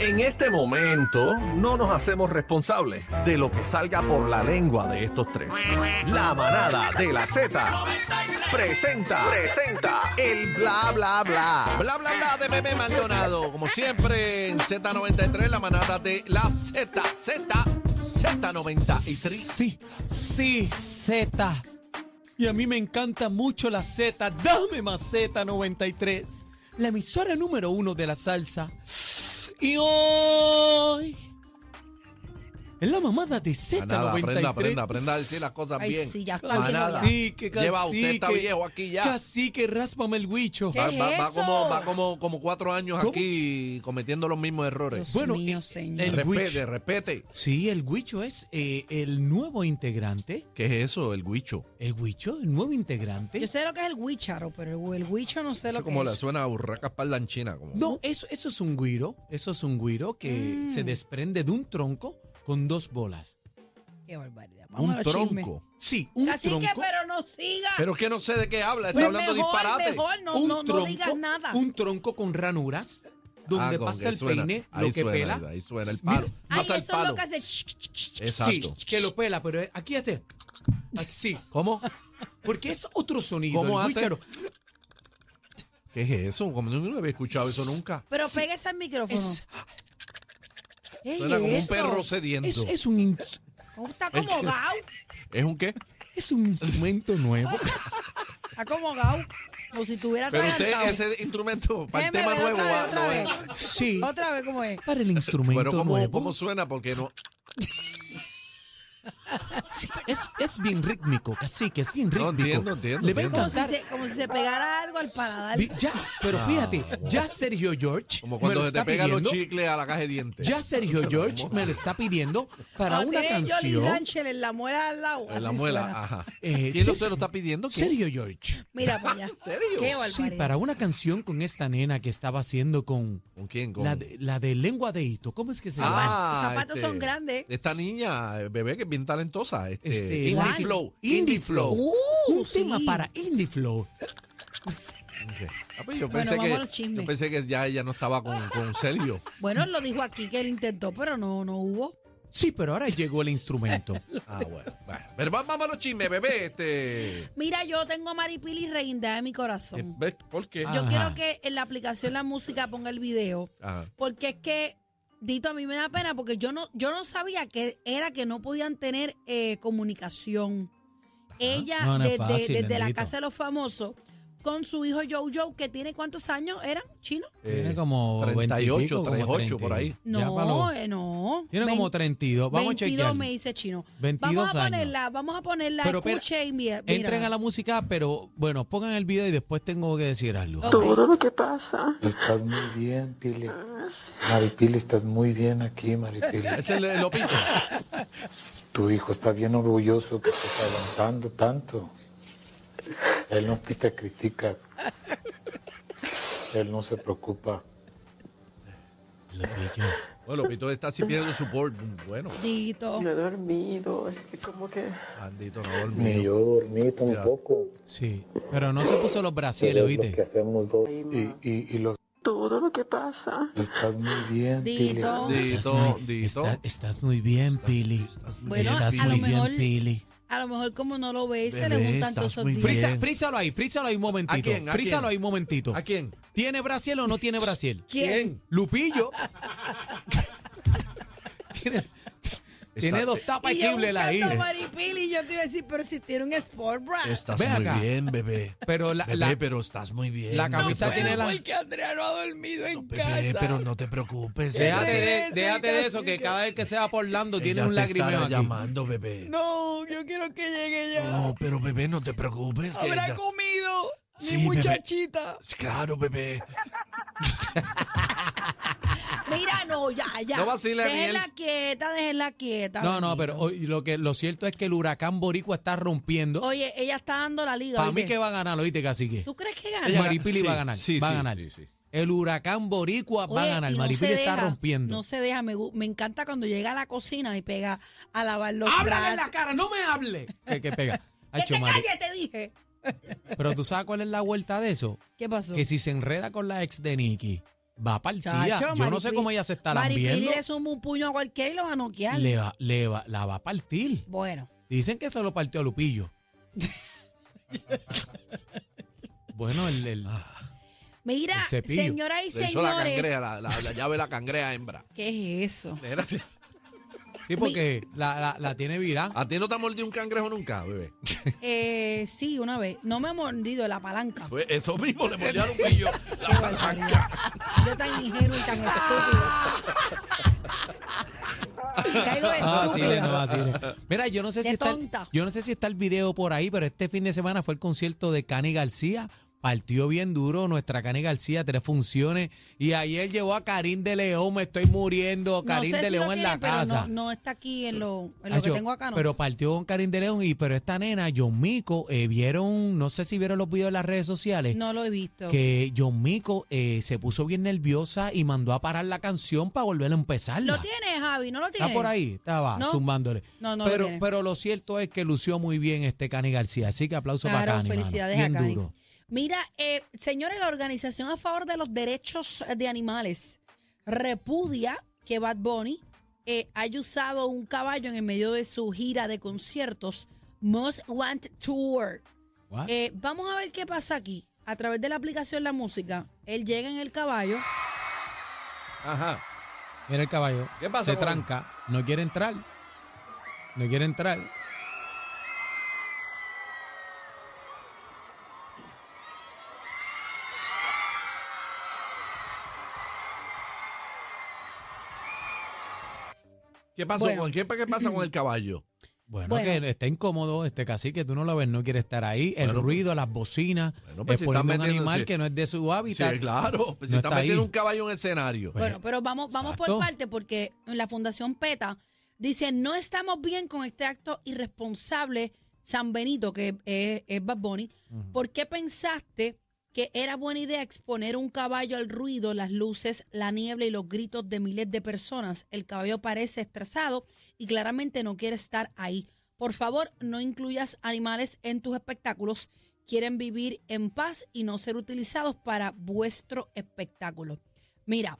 En este momento no nos hacemos responsables de lo que salga por la lengua de estos tres. La manada de la Z presenta, presenta el bla bla bla. Bla, bla, bla de Bebé Maldonado. Como siempre, en Z93, la manada de la Z, Z, Z93. Sí, sí, Z. Y a mí me encanta mucho la Z. Dame más Z93. La emisora número uno de la salsa. Y hoy. Es la mamada de Z93. Manada, aprenda, aprenda, aprenda a decir las cosas Ay, bien. sí, ya está Manada. Cacique, cacique. Lleva, usted está viejo aquí ya. Cacique, ráspame el huicho. Ah, ¿Qué Ah, Va, es va- va eso? como, va como, como cuatro años ¿Cómo? aquí cometiendo los mismos errores. Dios mío, eh, señor. el Respete, huicho. respete. Sí, el huicho es eh, el nuevo integrante. ¿Qué es eso, el guicho? El huicho, el nuevo integrante. Yo sé lo que es el guicharo, pero el huicho no sé Eso lo que como es. le suena a Urraca Parlanchina. Como. No, eso, eso es un guiro. Eso es un guiro que Mm. se desprende de un tronco con dos bolas. Qué barbaridad. Vamos a un los chismes. tronco. Sí, un Así tronco. que, pero no siga. Pero es que no sé de qué habla, está Pues hablando mejor, disparate. mejor, no, un no, no tronco, digas nada. Un tronco con ranuras donde Ah, con pasa que el suena. peine, Ahí lo que suena, pela. ahí suena el Mira, palo. Ay, Más eso al es palo. lo que hace. sh- sh- sh- sh- Sí, Exacto. que lo pela, pero aquí hace así. ¿Cómo? Porque es otro sonido. ¿Cómo el hace? guícharo. ¿Qué es eso? Como yo no había escuchado eso nunca. Pero pégase al micrófono. Es, ¿Qué Suena como un eso? perro sediento. es, es un, in- Está acomodado. ¿Es un qué? es un instrumento nuevo. Está acomodado. Como si tuviera Pero usted, atragantado. ese instrumento, para el Déjeme tema ver nuevo, otra va, vez, no otra es. vez. Sí, Otra vez, ¿cómo es? para el instrumento Pero ¿cómo, nuevo. ¿cómo suena? Porque no. Sí, es, es bien rítmico, cacique, es bien rítmico. No, entiendo, entiendo, Le va a entiendo. Como si, encantar. se, como si se pegara algo al paladar. Vi- ya, pero fíjate, ya Sergio George Ah, Como me cuando lo se te está pegan los pidiendo. chicles a la caja de dientes. Ya Sergio George me lo está pidiendo para Cuando una tiene Jolly canción. Rancher en la muela al lado. En la así muela, suena. ajá. Eh, ¿Quién no sí. se lo está pidiendo? ¿Quién? Sergio George. Mira para allá. serio? Qué Sí, barbaridad. para una canción con esta nena que estaba haciendo con ¿Con quién? Con- la de, la de lengua de hito. ¿Cómo es que se llama? Ah, Los zapatos son grandes. Esta niña, eh, bebé, que es bien talentosa. Este, Este, Indie Juan. Flow. Indie Indie Flow. Flow. Uh, Un sí. tema para Indie Flow. Ah, pues yo, pensé vamos a los que, chismes. yo pensé que ya ella no estaba con, con Sergio. Bueno, él lo dijo aquí que él intentó, pero no, no hubo. Sí, pero ahora llegó el instrumento. Ah, bueno. bueno. Pero va- vamos a los chismes, bebé. Este, eh, Mira, yo tengo a Maripili reinda en mi corazón. ¿ves ¿Por qué? Yo Ajá. quiero que en la aplicación La Música ponga el video, Ajá. porque es que, Dito, a mí me da pena, porque yo no, yo no sabía que era que no podían tener eh, comunicación. Ella, No, no es desde, fácil, desde la Nandito. Casa de los Famosos, con su hijo Jojo, que tiene cuántos años, ¿eran? ¿Chino? eh, Tiene como 38, 20 y pico, como 38 por 30. ahí. Ya pa' No, lo- eh, no. Tiene como Vein- 32. Vamos a 22 chequear. me dice chino. 22 vamos a años. ponerla, vamos a ponerla, Pero espera, escuche y mira. Entren a la música, pero bueno, pongan el video y después tengo que decir algo. todo lo que pasa. Estás muy bien, Pili. Maripili, estás muy bien aquí, Maripili. Ese es el lopito. Tu hijo está bien orgulloso que estés avanzando tanto. Él no te- te critica. Él no se preocupa. Lo pillo. Bueno, lopito está así pidiendo support. Bueno, Dito. No he dormido, es que como que... Andito, no dormí. Ni yo dormí tampoco. Sí, pero no se puso los brasiles, Pero es lo que ¿viste? hacemos los dos. Y, y, y lo Todo lo que pasa. estás muy bien, Pili. Dito. Dito, dito. Está- estás muy bien, Pili. Bueno, estás a lo muy bien, mejor- Pili. A lo mejor como no lo ve, se Bebé, le juntan estás todos esos muy días. Frisa- Bien. frízalo ahí, frízalo ahí un momentito. ¿A quién? ¿A frízalo quién? ahí un momentito. ¿A quién? ¿Tiene Brasil o no tiene Brasil? ¿Quién? Lupillo. tiene, tiene dos tapas Y yo equibles la buscando a hija. Maripili, yo te iba a decir, pero si tiene un sport bra. Estás Ven acá. bien, bebé. Pero la- la- pero estás muy bien. la camisa No puedo. tiene la- Porque Andrea no ha dormido en Bebé, casa. pero no te preocupes. Déjate Ella- de, déjate de eso, que cada vez que se va por Lando ella tiene un te estará lagrimeo aquí. llamando, bebé. No, yo quiero que llegue ya. No, pero bebé, no te preocupes. que Habrá ella- comido. Sí, mi bebé. muchachita. Claro, bebé. Mira, no, ya, ya. No vacile, déjenla Aniel. quieta, déjenla quieta. No, no, bendito. pero hoy lo que lo cierto es que el huracán boricua está rompiendo. Oye, ella está dando la liga. Para mí ¿oíste? que va a ganar, oíste, cacique. ¿Tú crees que Ella- gana? Maripili sí, va a ganar. sí, va a sí, ganar. sí, sí. El huracán boricua va a Oye, ganar. y no Maripili se está deja, rompiendo. No se deja, me, gu- me encanta cuando llega a la cocina y pega a lavar los ¡Háblale en la platos. cara! ¡No me hable! que, que pega. ¡Que Hacho, te Mari- calles, te dije! Pero tú sabes cuál es la vuelta de eso. ¿Qué pasó? Que si se enreda con la ex de Nicky, va para el día. Chacho, Yo no sé Maripili- cómo ella se está Maripili lambiendo. le suma un puño a cualquiera y lo va a noquear. Le va, le va, la va a partir. Bueno, Dicen que se lo partió a Lupillo. bueno, el, el- Ah. mira, El cepillo. señoras y Le hizo la señores. cangreja, la, la- la llave de la cangreja hembra. ¿Qué es eso? Espérate. sí, porque la, la- la tiene Ah, virada. ¿A ti no te ha mordido un cangrejo nunca, bebé? Eh, sí, una vez. No me ha mordido la palanca. Pues eso mismo le mordió a Lupillo. Qué barbaridad. Yo tan ingenuo y tan estúpido. Caigo de No vacile, estúpida. Ah, no vacile. Mira, yo no sé De si está, el- tonta. yo no sé si está el video por ahí, pero este fin de semana fue el concierto de Cani García. Partió bien duro nuestra Cani García, tres funciones. Y ayer llevó a Karim de León, me estoy muriendo. No sé Karim de si lo León en tiene, la pero casa. No, no está aquí en lo, en lo que Acho, tengo acá, ¿no? Pero partió con Karim de León y pero esta nena, John Mico, eh, vieron, no sé si vieron los videos en las redes sociales, no lo he visto. que John Mico eh, se puso bien nerviosa y mandó a parar la canción para volver a empezarla. ¿Lo tiene, Javi? ¿No lo tiene? Está por ahí, estaba ¿No? zumbándole. No, no lo pero, tiene. pero lo cierto es que lució muy bien este Cani García, así que aplauso para Claro, Cani. mano. felicidades bien a Cani. duro. Mira, eh, señores, la Organización a favor de los derechos de animales repudia que Bad Bunny eh, haya usado un caballo en el medio de su gira de conciertos Most Want Tour. What? Eh, vamos a ver qué pasa aquí. A través de la aplicación La Música, él llega en el caballo. Ajá. Mira el caballo. ¿Qué pasa, Se caballo? tranca, no quiere entrar. No quiere entrar. ¿Qué pasó Bueno. con qué, qué pasa con el caballo? Bueno, Bueno. que está incómodo este cacique, tú no lo ves, no quiere estar ahí. El Bueno, pues- ruido, las bocinas, Bueno, pues eh, si están poniendo un metiendo- animal si- que no es de su Sí, hábitat. claro. Pues si No está está ahí. metiendo un caballo en el escenario. Pues, Bueno, pero vamos, vamos por exacto. parte porque en la Fundación PETA dice, no estamos bien con este acto irresponsable San Benito, que es, es Bad Bunny. ¿Por qué pensaste que era buena idea exponer un caballo al ruido, las luces, la niebla y los gritos de miles de personas? El caballo parece estresado y claramente no quiere estar ahí. Por favor, no incluyas animales en tus espectáculos. Quieren vivir en paz y no ser utilizados para vuestro espectáculo. Mira,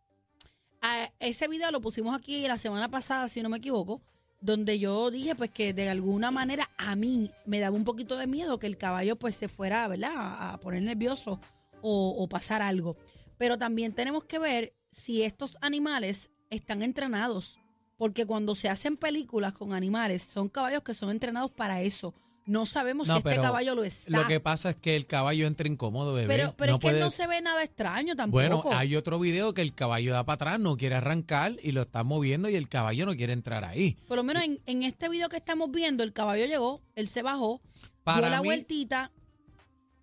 a ese video lo pusimos aquí la semana pasada, si no me equivoco, donde yo dije pues que de alguna manera a mí me daba un poquito de miedo que el caballo pues se fuera, ¿verdad? A a poner nervioso o, o pasar algo. Pero también tenemos que ver si estos animales están entrenados, porque cuando se hacen películas con animales, son caballos que son entrenados para eso. No sabemos No, si este pero caballo lo está. Lo que pasa es que el caballo entra incómodo, bebé. pero pero No es que puede- no se ve nada extraño tampoco. Bueno, hay otro video que el caballo da para atrás, no quiere arrancar y lo está moviendo y el caballo no quiere entrar ahí. Por lo menos en, en este video que estamos viendo, el caballo llegó, él se bajó, dio Para la mí- vueltita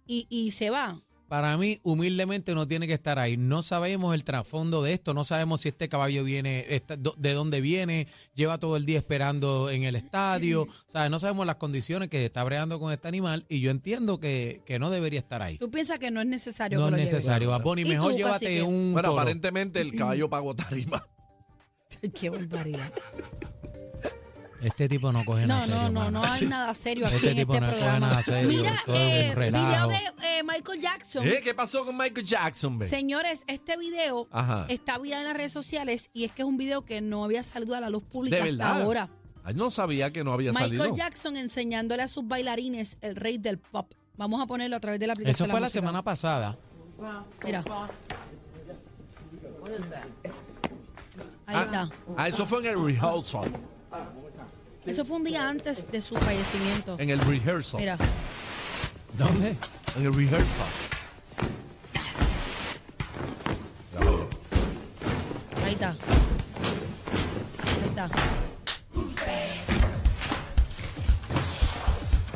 y, y se va. Para mí, humildemente, no tiene que estar ahí. No sabemos el trasfondo de esto, no sabemos si este caballo viene, está- do- de dónde viene, lleva todo el día esperando en el estadio. O sea, no sabemos las condiciones que se está bregando con este animal y yo entiendo que, que no debería estar ahí. ¿Tú piensas que no es necesario No que es lo lleve? necesario, Bad Bunny, ¿Y Mejor tú, pues, llévate cacique? un Bueno, toro. aparentemente el caballo pagó tarima. Qué barbaridad. Este tipo no coge nada No, no, serio, no, mano. no hay nada serio aquí Este en tipo este no coge programa. nada serio, Mira, todo es un eh, video relajo. de eh, Michael Jackson. ¿Eh? ¿Qué pasó con Michael Jackson, ve? Señores, este video Ajá. está viral en las redes sociales y es que es un video que no había salido a la luz pública De hasta verdad. ahora. Ay, no sabía que no había Michael salido. Jackson enseñándole a sus bailarines el rey del pop. Vamos a ponerlo a través de la aplicación. Eso de fue la música. semana pasada. Mira. Ahí Ah, está. ah, eso fue en el rehearsal. Eso fue un día antes de su fallecimiento. En el rehearsal. Mira, ¿Dónde? En el rehearsal. ahí está. Ahí está.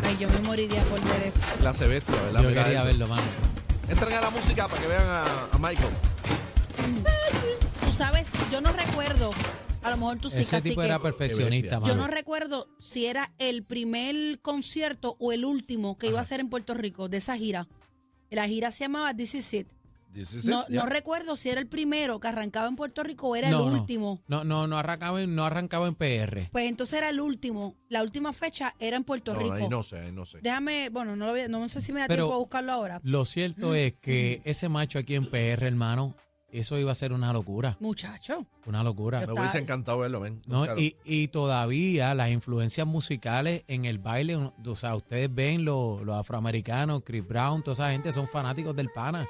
Ay, yo me moriría por ver eso. Clase bestia, ¿verdad? Yo Mira quería eso. verlo, mano. Entren a la música para que vean a, a Michael. Tú sabes, yo no recuerdo, a lo mejor tú sí, Ese tipo cacique. era perfeccionista, Yo mano. no recuerdo si era el primer concierto o el último que iba a ser en Puerto Rico de esa gira. La gira se llamaba This Is It. This is No, it, yeah. no recuerdo si era el primero que arrancaba en Puerto Rico o era No, el no. último. No, no, no arrancaba en, no arrancaba en PR. Pues entonces era el último. La última fecha era en Puerto No, Rico. ahí no sé, ahí no sé. Déjame, bueno, no, lo voy a- no sé si me da Pero- tiempo a buscarlo ahora. Lo cierto es que ese macho aquí en PR, hermano, Eso iba a ser una locura, Muchacho. una locura. Me hubiese encantado verlo, ven. No, Búscalo. y, y todavía las influencias musicales en el baile, un- o sea, ustedes ven lo- los afroamericanos, Chris Brown, toda esa gente son fanáticos del pana.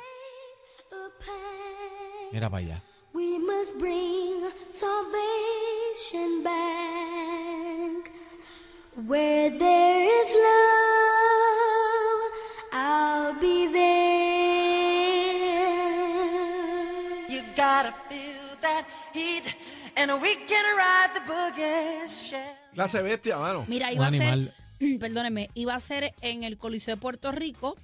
Mira para allá. We must bring salvation back. Where there is love, I'll be there. You gotta feel that heat, and we can ride the boogie. Yeah. Clase bestia, mano. Mira, Un iba a ser, animal. perdóneme, iba a ser en el Coliseo de Puerto Rico.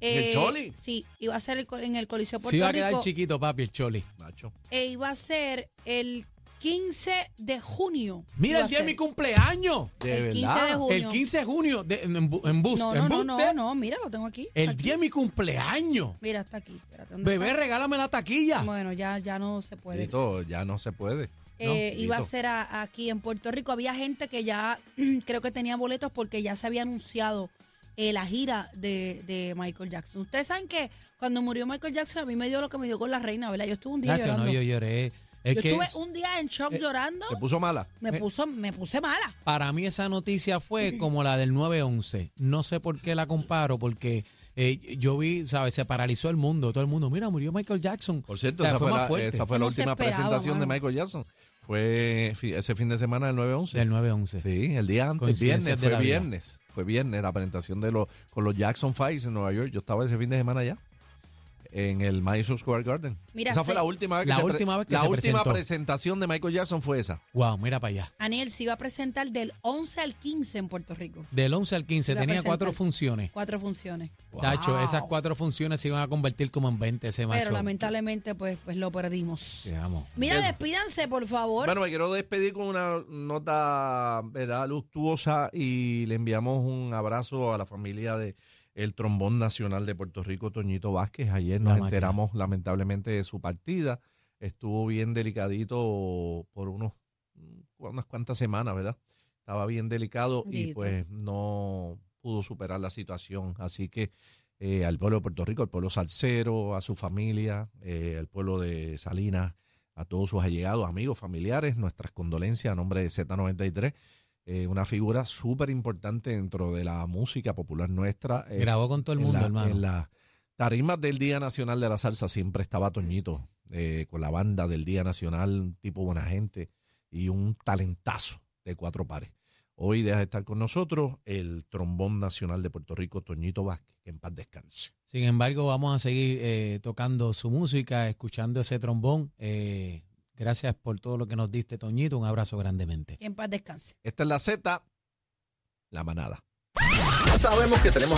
eh, ¿En el Choli? Sí, iba a ser el co- en el Coliseo de Puerto Sí va a Rico. quedar chiquito, papi, el choli. Nacho. E iba a ser el 15 de junio. Mira, iba el a día de ser. mi cumpleaños. Ah, De El 15 de verdad. ju- El Junio. 15 de junio, de, en, en, bu- en bus- No, en no, no, buste. no, no, mira, lo tengo aquí. El aquí. día de mi cumpleaños. Mira, está aquí. espérate, ¿dónde Bebé, está? regálame la taquilla. Bueno, ya, ya no se puede. Tito, ya no se puede. Eh, No, iba a Tito. ser a- aquí en Puerto Rico. Había gente que ya creo que tenía boletos porque ya se había anunciado eh, la gira de, de Michael Jackson. Ustedes saben que cuando murió Michael Jackson a mí me dio lo que me dio con la reina, ¿verdad? Yo estuve un día Nacho, llorando. no, yo lloré. Es Yo que estuve es- eh, un día en shock llorando. Se puso mala. Me puso, me puse mala. para mí esa noticia fue como la del 9-11. No sé por qué la comparo, porque eh, yo vi, ¿sabes? Se paralizó el mundo. Todo el mundo, mira, murió Michael Jackson. Por cierto, O sea, esa, fue más la, fuerte esa fue la No se última esperaba, presentación de mano. Michael Jackson. Fue fi- ese fin de semana del 9-11. del 9-11. Sí, el día antes, Coincidencias viernes, de fue la vida. viernes, fue viernes la presentación de los con los Jackson Fives en Nueva York. Yo estaba ese fin de semana allá en el Madison Square Garden. Mira, esa fue se- la última vez que La se pre- última vez que la se última presentó. presentación de Michael Jackson fue esa. Wow, mira para allá. Aniel se iba a presentar del 11 al 15 en Puerto Rico. Del 11 al 15 Iba a tenía cuatro presentar funciones. Cuatro funciones. Tacho, Wow. esas cuatro funciones se iban a convertir como en 20 ese macho. Pero lamentablemente pues, pues lo perdimos. Te amo. Mira, despídanse, por favor. Bueno, me quiero despedir con una nota verdad luctuosa y le enviamos un abrazo a la familia de el trombón nacional de Puerto Rico, Toñito Vázquez. Ayer La nos máquina. enteramos lamentablemente de su partida. Estuvo bien delicadito por unos unas cuantas semanas, ¿verdad? Estaba bien delicado Bendito. y pues no pudo superar la situación. Así que eh, al pueblo de Puerto Rico, al pueblo salsero, a su familia, eh, al pueblo de Salinas, a todos sus allegados, amigos, familiares, nuestras condolencias a nombre de Z93. eh, una figura súper importante dentro de la música popular nuestra. eh, Grabó con todo el en mundo, la- hermano. En las tarimas del Día Nacional de la Salsa siempre estaba Toñito eh, con la banda del Día Nacional, un tipo buena gente y un talentazo de cuatro pares. Hoy deja de estar con nosotros el trombón nacional de Puerto Rico, Toñito Vázquez, que en paz descanse. Sin embargo, vamos a seguir eh, tocando su música, escuchando ese trombón. Eh, gracias por todo lo que nos diste, Toñito. Un abrazo grandemente. Que en paz descanse. Esta es la Z, la manada. Sabemos que tenemos